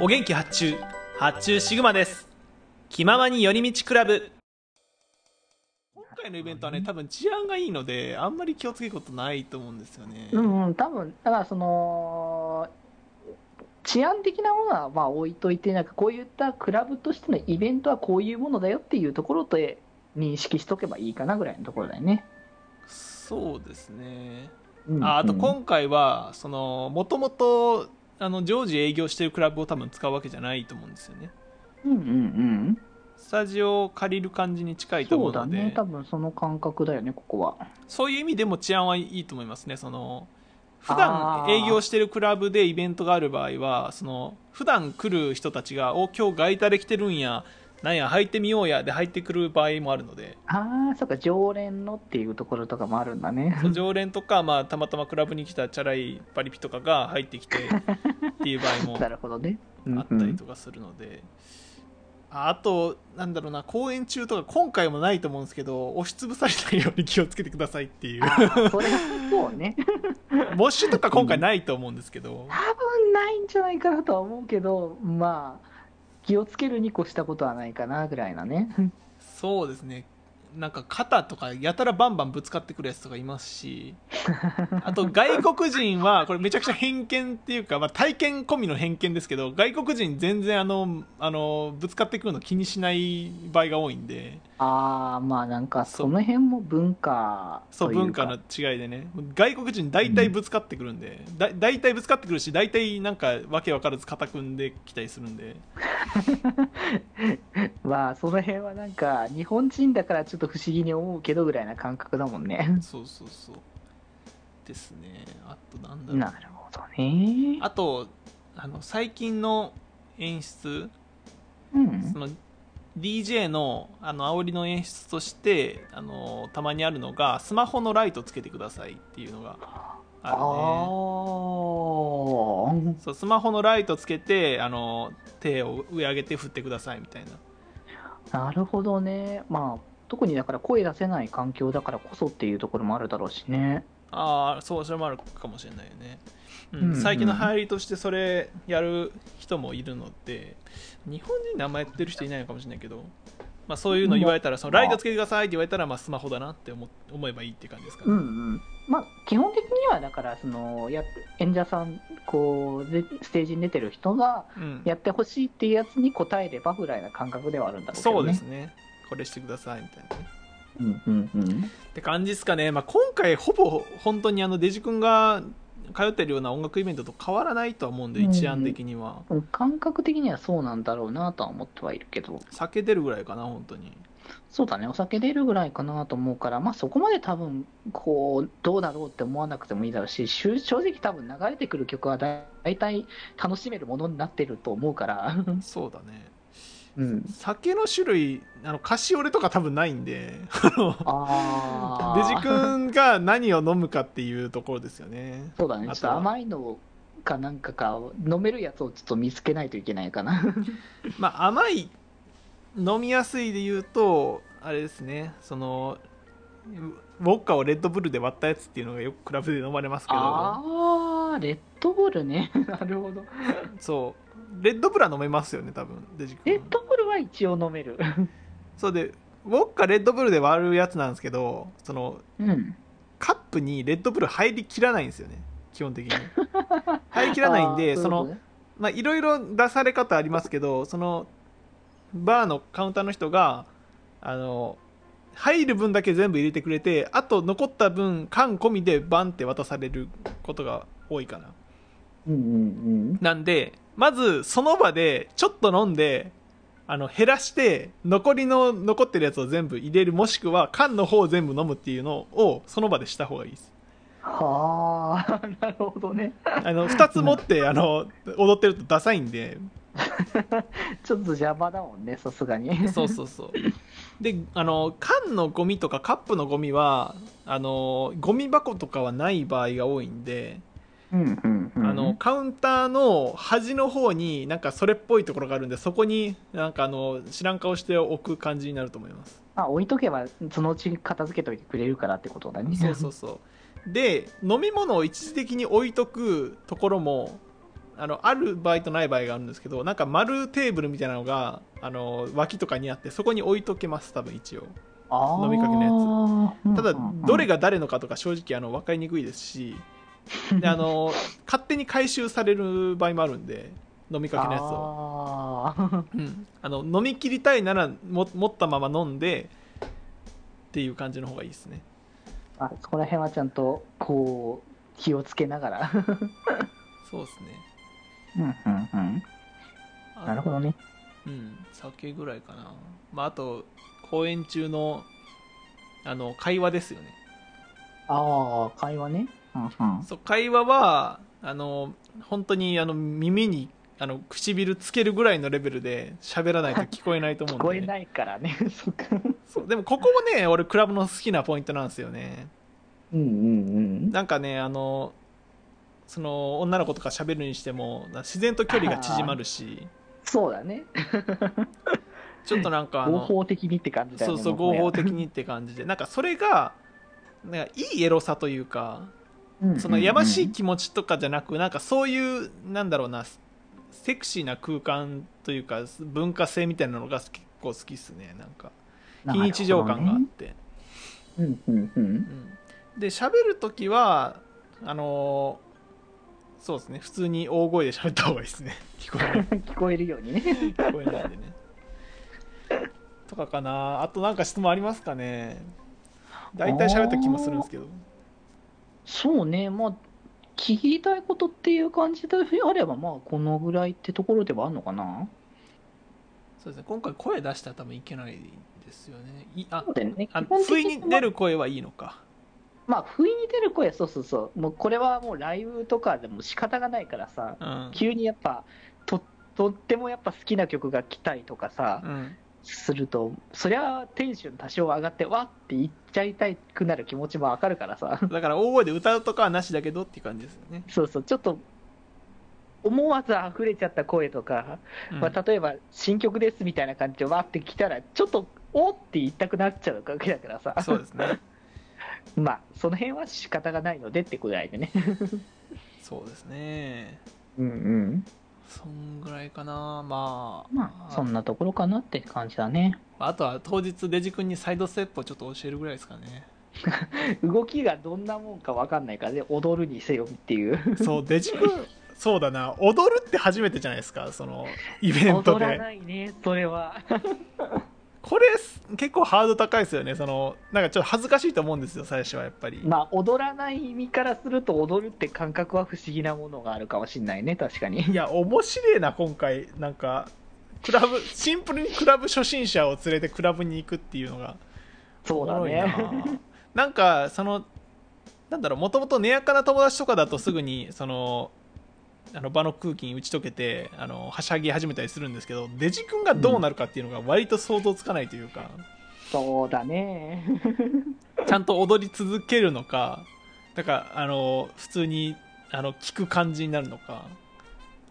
お元気発注発注シグマです気ままに寄り道クラブ今回のイベントはね多分治安がいいのであんまり気をつけることないと思うんですよね、うんうん、多分だからその治安的なものはまあ置いといてなんかこういったクラブとしてのイベントはこういうものだよっていうところで認識しとけばいいかなぐらいのところだよね。そうですねうんうんああと今回はそのもともとあの常時営業してるクラブを多分使うわけじゃないと思うんですよねうんうんうん、スタジオを借りる感じに近いとそ思ううだのでね、多分その感覚だよね、ここは。そういう意味でも治安はいいと思いますね。その普あ段ー営業してるクラブでイベントがある場合は、その普段来る人たちが、お、今日ガイタで来てるんや、なんや、入ってみようや、で入ってくる場合もあるの で、ああ、そっか、常連のっていうところとかもあるんだね。常連とか、まあ、たまたまクラブに来たチャラいパリピとかが入ってきてっていう場 合もなるほどね。うんあったりとかするので、ああと、なんだろうな、公演中とか、今回もないと思うんですけど、押しつぶされないように気をつけてくださいっていう うん、あ ーそれそうね。モッシュとか今回ないと思うんですけど。多分ないんじゃないかなとは思うけど、まあ、気をつけるに越したことはないかなぐらいなね。そうですねなんか肩とかやたらバンバンぶつかってくるやつとかいますしあと外国人はこれめちゃくちゃ偏見っていうか、まあ、体験込みの偏見ですけど外国人全然あのあのぶつかってくるの気にしない場合が多いんでああ、まあなんか、そそうの辺も文化そとういうか。文化の違いでね外国人大体ぶつかってくるんで、だ大体ぶつかってくるし大体なんかわけわからず肩組んできたりするんでまあ、その辺はなんか、日本人だからちょっと不思議に思うけどぐらいな感覚だもんね。そうそうそうですねあとなんだろうなるほどね。あとあの最近の演出うんそ。の DJ のあの煽りの演出としてあのたまにあるのがスマホのライトつけてくださいっていうのがあああるねそうスマホのライトつけてあの手を上上げて振ってくださいみたいなー、なるほどね。まあ、特にだから声出せない環境だからこそっていうところもあるだろうしね。ああそうそれもあるかもしれないよね、うんうんうん最近の流行りとしてそれやる人もいるので日本人であんまやってる人いないのかもしれないけど、まあ、そういうの言われたらそのライトつけてくださいって言われたらまあスマホだなって思思えばいいって感じですかうね、んうん。まあ、基本的にはだから、その、や演者さん、こう、でステージに出てる人がうんやってほしいっていうやつに応えればぐらいな感覚ではあるんだろうけどね。そうですねこれしてくださいみたいなねうんうんうっん。て感じですかね、まあ、今回ほぼ本当にあのデジ君が通ってるような音楽イベントと変わらないとは思うんでうん一案的には、感覚的にはそうなんだろうなとは思ってはいるけど、酒出るぐらいかな本当にそうだね、お酒出るぐらいかなと思うから、まあ、そこまで多分こう、どうだろうって思わなくてもいいだろうし、しゅ正直、多分流れてくる曲はだ大体楽しめるものになってると思うから、そうだねうん、酒の種類あのカシオレとか多分ないんで あデージ君が何を飲むかっていうところですよねそうだね、ちょあっととは甘いのかなんかか、飲めるやつをちょっと見つけないといけないかな。まあ甘い飲みやすいで言うとあれですねそのウォッカをレッドブルで割ったやつっていうのがよくクラブで飲まれますけどあー、レッドブルね、 なるほど。そうレッドブルは飲めますよね多分デジ君レッドブルは一応飲める。そうでウォッカレッドブルで割るやつなんですけどそのうんカップにレッドブル入りきらないんですよね基本的 に入りきらないんであーそそういうことのねまあいろいろ出され方ありますけどそのバーのカウンターの人があの入る分だけ全部入れてくれてあと残った分缶込みでバンって渡されることが多いかなうんうんうんなんで、まずその場でちょっと飲んで、あの減らして残りの残ってるやつを全部入れるもしくは缶の方を全部飲むっていうのをその場でした方がいいですはあ、なるほどね。あの2つ持ってあの踊ってるとダサいんでちょっと邪魔だもんね、さすがに。そうそうそうであの缶のゴミとかカップのゴミはあのゴミ箱とかはない場合が多いんで、うんうんうん。あの、カウンターの端の方になんかそれっぽいところがあるんでそこになんかあの知らん顔しておく感じになると思いますあ、置いとけば、そのうち片付けといてくれるからってことだね。そうそうそうで飲み物を一時的に置いとくところもあのある場合とない場合があるんですけどなんか丸テーブルみたいなのがあの脇とかにあってそこに置いとけます多分一応あ飲みかけのやただどれが誰のかとか正直あの分かりにくいですしであ の勝手に回収される場合もあるんで飲みかけのやつををうん、あの飲み切りたいならも持ったまま飲んでっていう感じの方がいいですねああそこら辺はちゃんとこう気をつけながらそうですねうんうんうんあなるほどねうん酒ぐらいかなまああと公演中のあの会話ですよねああ会話ねうんうんそう会話はあの本当にあの耳にあの唇つけるぐらいのレベルで喋らないと聞こえないと思聞うこんえでないからねそっかそうでもここも ね俺クラブの好きなポイントなんですよねうんうんうんなんかねあのその女の子とか喋るにしてもな自然と距離が縮まるしそうだねちょっとなんかあ合の法的にって感じだよそうねそうも合ね法的にって感じでなんかそれがなんかいいエロさというかうんうんうんそのやましい気持ちとかじゃなく、なんかそういう、なんだろうな、セクシーな空間というか、文化性みたいなのが結構好きっすね、なんか、非日常感があって。うんうんうんうん、で、喋るときは、あのーそうですね、普通に大声で喋った方がいいですね、 聞こえない、聞こえるようにね。聞こえないんでね。とかかな、あとなんか質問ありますかね。大体喋った気もするんですけど。そうね、まあ、聞きたいことっていう感じであれば、まあ、このぐらいってところではあるのかな。そうですね、今回声出したら多分いけないですよね。いあそうだよね。あ基本的不意に出。る声はいいのかまあ、不意に出る声、そうそうそう。もう、これはもうライブとかでも仕方がないからさ、うん、急にやっぱ、と、とってもやっぱ好きな曲が来たりとかさう、ん、すると、そりゃテンション多少上がって、わって言っちゃいたくなる気持ちもわかるからさ。 だから大声で歌うとかはなしだけどっていう感じですよね、そうそう、ちょっと、思わず溢れちゃった声とか、うんまあ、例えば新曲ですみたいな感じでわーって来たらちょっとおーって言いたくなっちゃうわけだからさそうですね まあその辺は仕方がないのでってぐらいでねそうですね うんうんそんぐらいかなまあまあそんなところかなって感じだねあとは当日デジ君にサイドステップをちょっと教えるぐらいですかね 動きがどんなもんかわかんないからね踊るにせよってい うそうデ ジ君そうだな踊るって初めてじゃないですかそ のイベント踊らでないねそれはこれ結構ハードル高いですよねそのなんかちょっと恥ずかしいと思うんですよ最初はやっぱり、まあ踊らない意味からすると踊るって感覚は不思議なものがあるかもしんないね確 かにいや面白いな今回なんかクラブシンプルにクラブ初心者を連れてクラブに行くっていうのがそうだおもろいねな なんかそのなんだろうもともと寝やかな友達とかだとすぐにそのあの場の空気に打ち解けてあのはしゃぎ始めたりするんですけどデジ君がどうなるかっていうのが割と想像つかないというか、そうだねちゃんと踊り続けるのかだからあの普通にあの聞く感じになるのか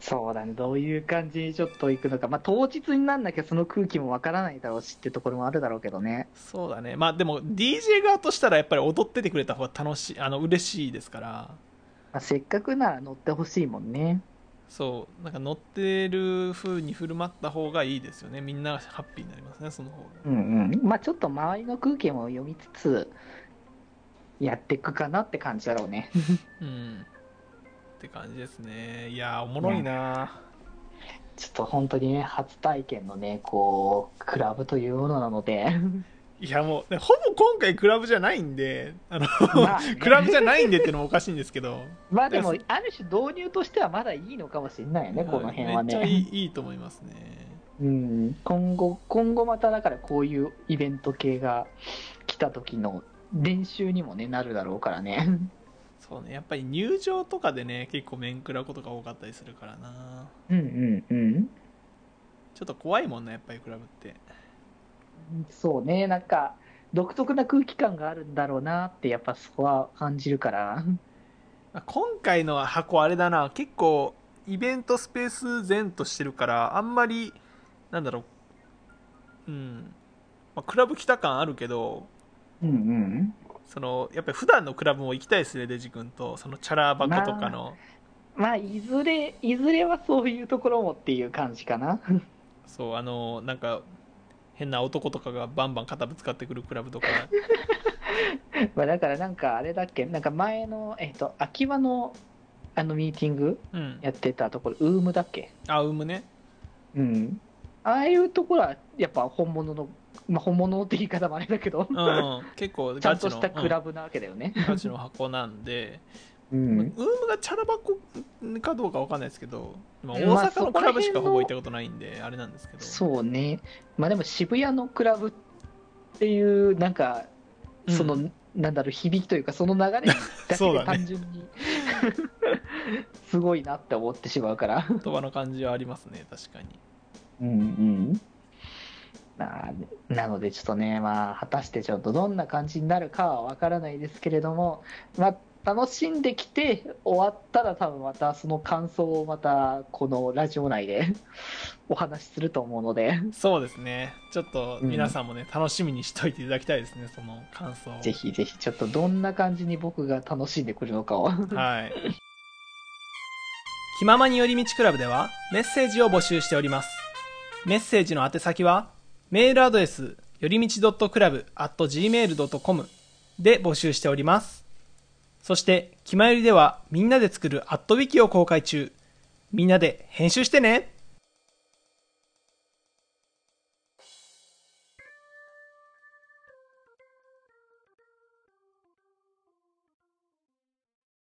そうだね、どういう感じにちょっと行くのか、まあ、当日になんなきゃその空気もわからないだろうしってところもあるだろうけどね、そうだねまあでも DJ 側としたらやっぱり踊っててくれた方が楽しいあの嬉しいですからまあ、せっかくなら乗ってほしいもんね。そうなんか乗ってる風に振る舞った方がいいですよねみんながハッピーになりますねその方がうんうん。まあ、ちょっと周りの空気も読みつつ、やっていくかなって感じだろ うね。うんって感じですねいやーおもろいなちょっと本当にね、初体験のね、こう、クラブというものな ので、いやもうねほぼ今回クラブじゃないんであの、まあね クラブじゃないんでっていうのもおかしいんですけどまあでも、ある種導入としてはまだいいのかもしれないよね、この辺はめっちゃいね。いいいと思いますねうん、今後、今後まただからこういうイベント系が来た時の練習にもね、なるだろうからね。そうねやっぱり入場とかでね結構面食らうことが多かったりするからなうんうんうん。ちょっと怖いもんなやっぱりクラブって そうね、なんか、独特な空気感があるんだろうなって、やっぱそこは感じるから。まあ今回の箱あれだな結構イベントスペース全としてるからあんまりなんだろううん、まあクラブ来た感あるけどうんうん。そのやっぱり普段のクラブも行きたいですねデジ君とそのチャラ箱とかの、まあいずれいずれはそういうところもっていう感じかな そうあのなんか変な男とかがバンバン肩ぶつかってくるクラブとかまあだからなんかあれだっけなんか前のえっ、と秋葉のあのミーティングうんやってたところウームだっけあウームねうんああいうところはやっぱ本物のまあ本物って言い方もあれだけどうん結構ちゃガんチとのしたクラブなわけだよねうんガチの箱なんで、うまあんウームがチャラ箱かどうかわかんないですけど、まあ、まあ大阪のクラブしかそこら辺のほぼ行ったことないんであれなんですけどそうねまあでも渋谷のクラブっていうなんかうんその、なんだろう響きというかその流れだそけうだでね単純に すごいなって思ってしまうから言葉の感じはありますね確かにうんうんななのでちょっとねまあ果たしてちょっとどんな感じになるかはわからないですけれどもまあ楽しんできて終わったら多分またその感想をまたこのラジオ内で お話しすると思うのでそうですねちょっと皆さんもね、楽しみにしといていただきたいですねその感想をぜひぜひちょっとどんな感じに僕が楽しんでくるのかをはい。気ままに寄り道クラブではメッセージを募集しております。メッセージの宛先はメールアドレスよりみち .club.gmail.com で募集しております。そして、気まよりではみんなで作るアットウィキを公開中。みんなで編集してね